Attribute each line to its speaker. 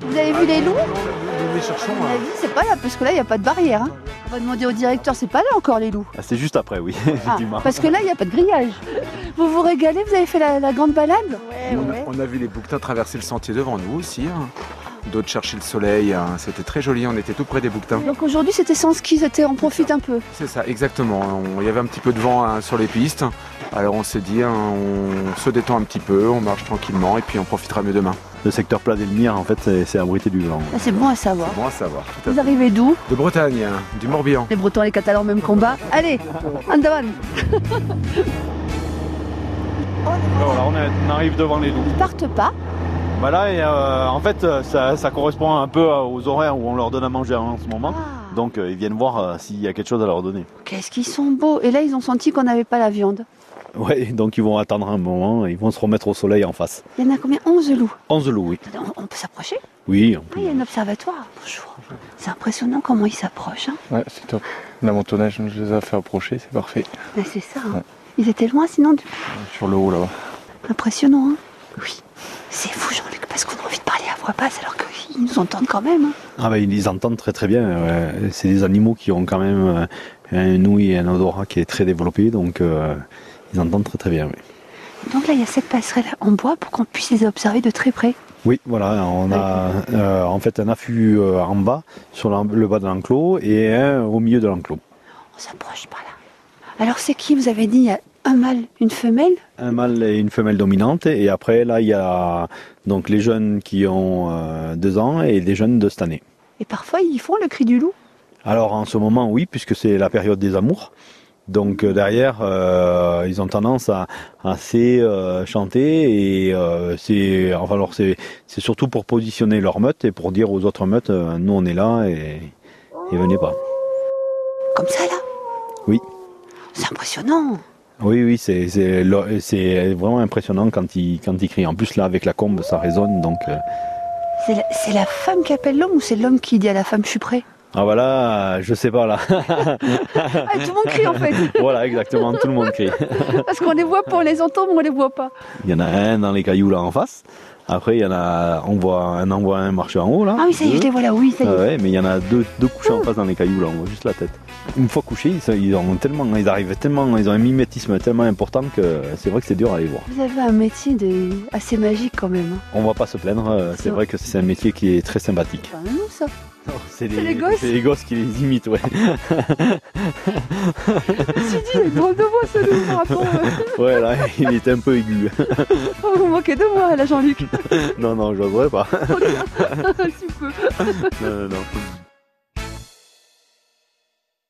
Speaker 1: Vous avez vu les loups
Speaker 2: Nous les cherchons. hein.
Speaker 1: On a dit, c'est pas là, parce que là, il n'y a pas de barrière. hein. On va demander au directeur, c'est pas là encore les loups.
Speaker 3: Ah, c'est juste après, oui,
Speaker 1: Ah,
Speaker 3: effectivement.
Speaker 1: parce que là, il n'y a pas de grillage. Vous vous régalez, vous avez fait la, la grande balade
Speaker 2: On, a, on a vu les bouquetins traverser le sentier devant nous aussi. hein. D'autres chercher le soleil. hein. C'était très joli. On était tout près des bouquetins.
Speaker 1: Donc aujourd'hui, c'était sans ski, c'était, on profite un peu.
Speaker 2: C'est ça, exactement. hein. On- Il y avait un petit peu de vent hein, sur les pistes. Alors on s'est dit, hein, on se détend un petit peu, on marche tranquillement et puis on profitera mieux demain.
Speaker 3: Le secteur plat d'Elmire, en fait, c'est c'est abrité du vent.
Speaker 1: Ah, c'est bon à savoir.
Speaker 2: Bon à savoir. tout à
Speaker 1: Vous
Speaker 2: fait.
Speaker 1: arrivez d'où
Speaker 2: De Bretagne, hein, du Morbihan.
Speaker 1: Les Bretons et les Catalans, même combat. Allez, Andaman
Speaker 4: Voilà, on, est- on arrive devant les loups.
Speaker 1: Ils partent pas.
Speaker 4: Bah là, et, euh, en fait, euh, ça, ça correspond un peu à- aux horaires où on leur donne à manger hein, en ce moment.
Speaker 1: Ah,
Speaker 3: Donc, euh, ils viennent voir euh, s'il y a quelque chose à leur donner.
Speaker 1: Qu'est-ce qu'ils sont beaux Et là, ils ont senti qu'on n'avait pas la viande.
Speaker 3: Ouais, donc ils vont attendre un moment, ils vont se remettre au soleil en face.
Speaker 1: Il y en a combien 11 loups.
Speaker 3: 11 loups, oui.
Speaker 1: Attendez, On, on peut s'approcher
Speaker 3: Oui, on
Speaker 1: Ah, il y a un observatoire. Bonjour. C'est impressionnant comment ils s'approchent. hein.
Speaker 5: Ouais, c'est top. Là, mon tonnage je les a fait approcher, c'est parfait.
Speaker 1: Ah, c'est ça. hein.
Speaker 5: Ouais.
Speaker 1: Ils étaient loin sinon. du-
Speaker 5: Sur le haut, là-bas.
Speaker 1: Impressionnant, hein Oui. C'est fou, Jean-Luc, parce qu'on a envie de parler à voix basse alors qu'ils nous entendent quand même. hein.
Speaker 3: Ah bah, ils les entendent très très bien. ouais. C'est des animaux qui ont quand même euh, un ouïe et un odorat qui est très développé, donc euh, ils entendent très très bien. Oui,
Speaker 1: Donc là, il y a cette passerelle en bois pour qu'on puisse les observer de très près.
Speaker 3: Oui, voilà, on a euh, en fait un affût euh, en bas, sur l'en- le bas de l'enclos, et un au milieu de l'enclos.
Speaker 1: On s'approche par là. Alors c'est qui Vous avez dit il y a un mâle, une femelle
Speaker 3: Un mâle et une femelle dominante, et après là il y a donc les jeunes qui ont euh, deux ans et les jeunes de cette année.
Speaker 1: et parfois ils font le cri du loup.
Speaker 3: Alors en ce moment, oui, puisque c'est la période des amours. Donc euh, derrière, euh, ils ont tendance à assez euh, chanter et euh, c'est enfin alors c'est c'est surtout pour positionner leur meute et pour dire aux autres meutes, euh, nous on est là et, et venez pas.
Speaker 1: Comme ça là
Speaker 3: Oui.
Speaker 1: C'est impressionnant.
Speaker 3: Oui oui, c'est c'est lo- c'est vraiment impressionnant quand ils quand ils crient. En plus là avec la combe, ça résonne donc. euh,
Speaker 1: C'est la, c'est la femme qui appelle l'homme ou c'est l'homme qui dit à la femme je suis prêt
Speaker 3: ah voilà, je sais pas là.
Speaker 1: Ah, Tout le monde crie en fait,
Speaker 3: voilà exactement, tout le monde crie.
Speaker 1: parce qu'on les voit pas, on les entend mais on les voit pas.
Speaker 3: Il y en a un dans les cailloux là en face. Après, il y en a, on voit un, on voit un marcher en haut là.
Speaker 1: Ah oui, ça y est,
Speaker 3: Deux.
Speaker 1: je les vois là, oui, ça y est.
Speaker 3: Ah ouais, mais il y en a deux, deux couchés en face dans les cailloux là, on voit juste la tête. Une fois couchés, ils, sont- ils ont tellement, ils arrivent tellement, ils ont un mimétisme tellement important que c'est vrai que c'est dur à les voir.
Speaker 1: Vous avez un métier de... assez magique quand même. hein.
Speaker 3: On va pas se plaindre, euh,
Speaker 1: C'est
Speaker 3: c'est vrai que c'est un métier qui est très sympathique.
Speaker 1: C'est pas un loup Bah, ça.
Speaker 3: C'est
Speaker 1: les gosses
Speaker 3: c'est les gosses qui les imitent, ouais.
Speaker 1: Je me suis dit, il est drôle de moi ce loup par rapport. euh,
Speaker 3: Ouais, là, il est un peu aigu.
Speaker 1: Vous vous moquez de moi là, Jean-Luc.
Speaker 3: Non, non, je vois pas.
Speaker 1: Un petit peu.
Speaker 3: Non, non, non.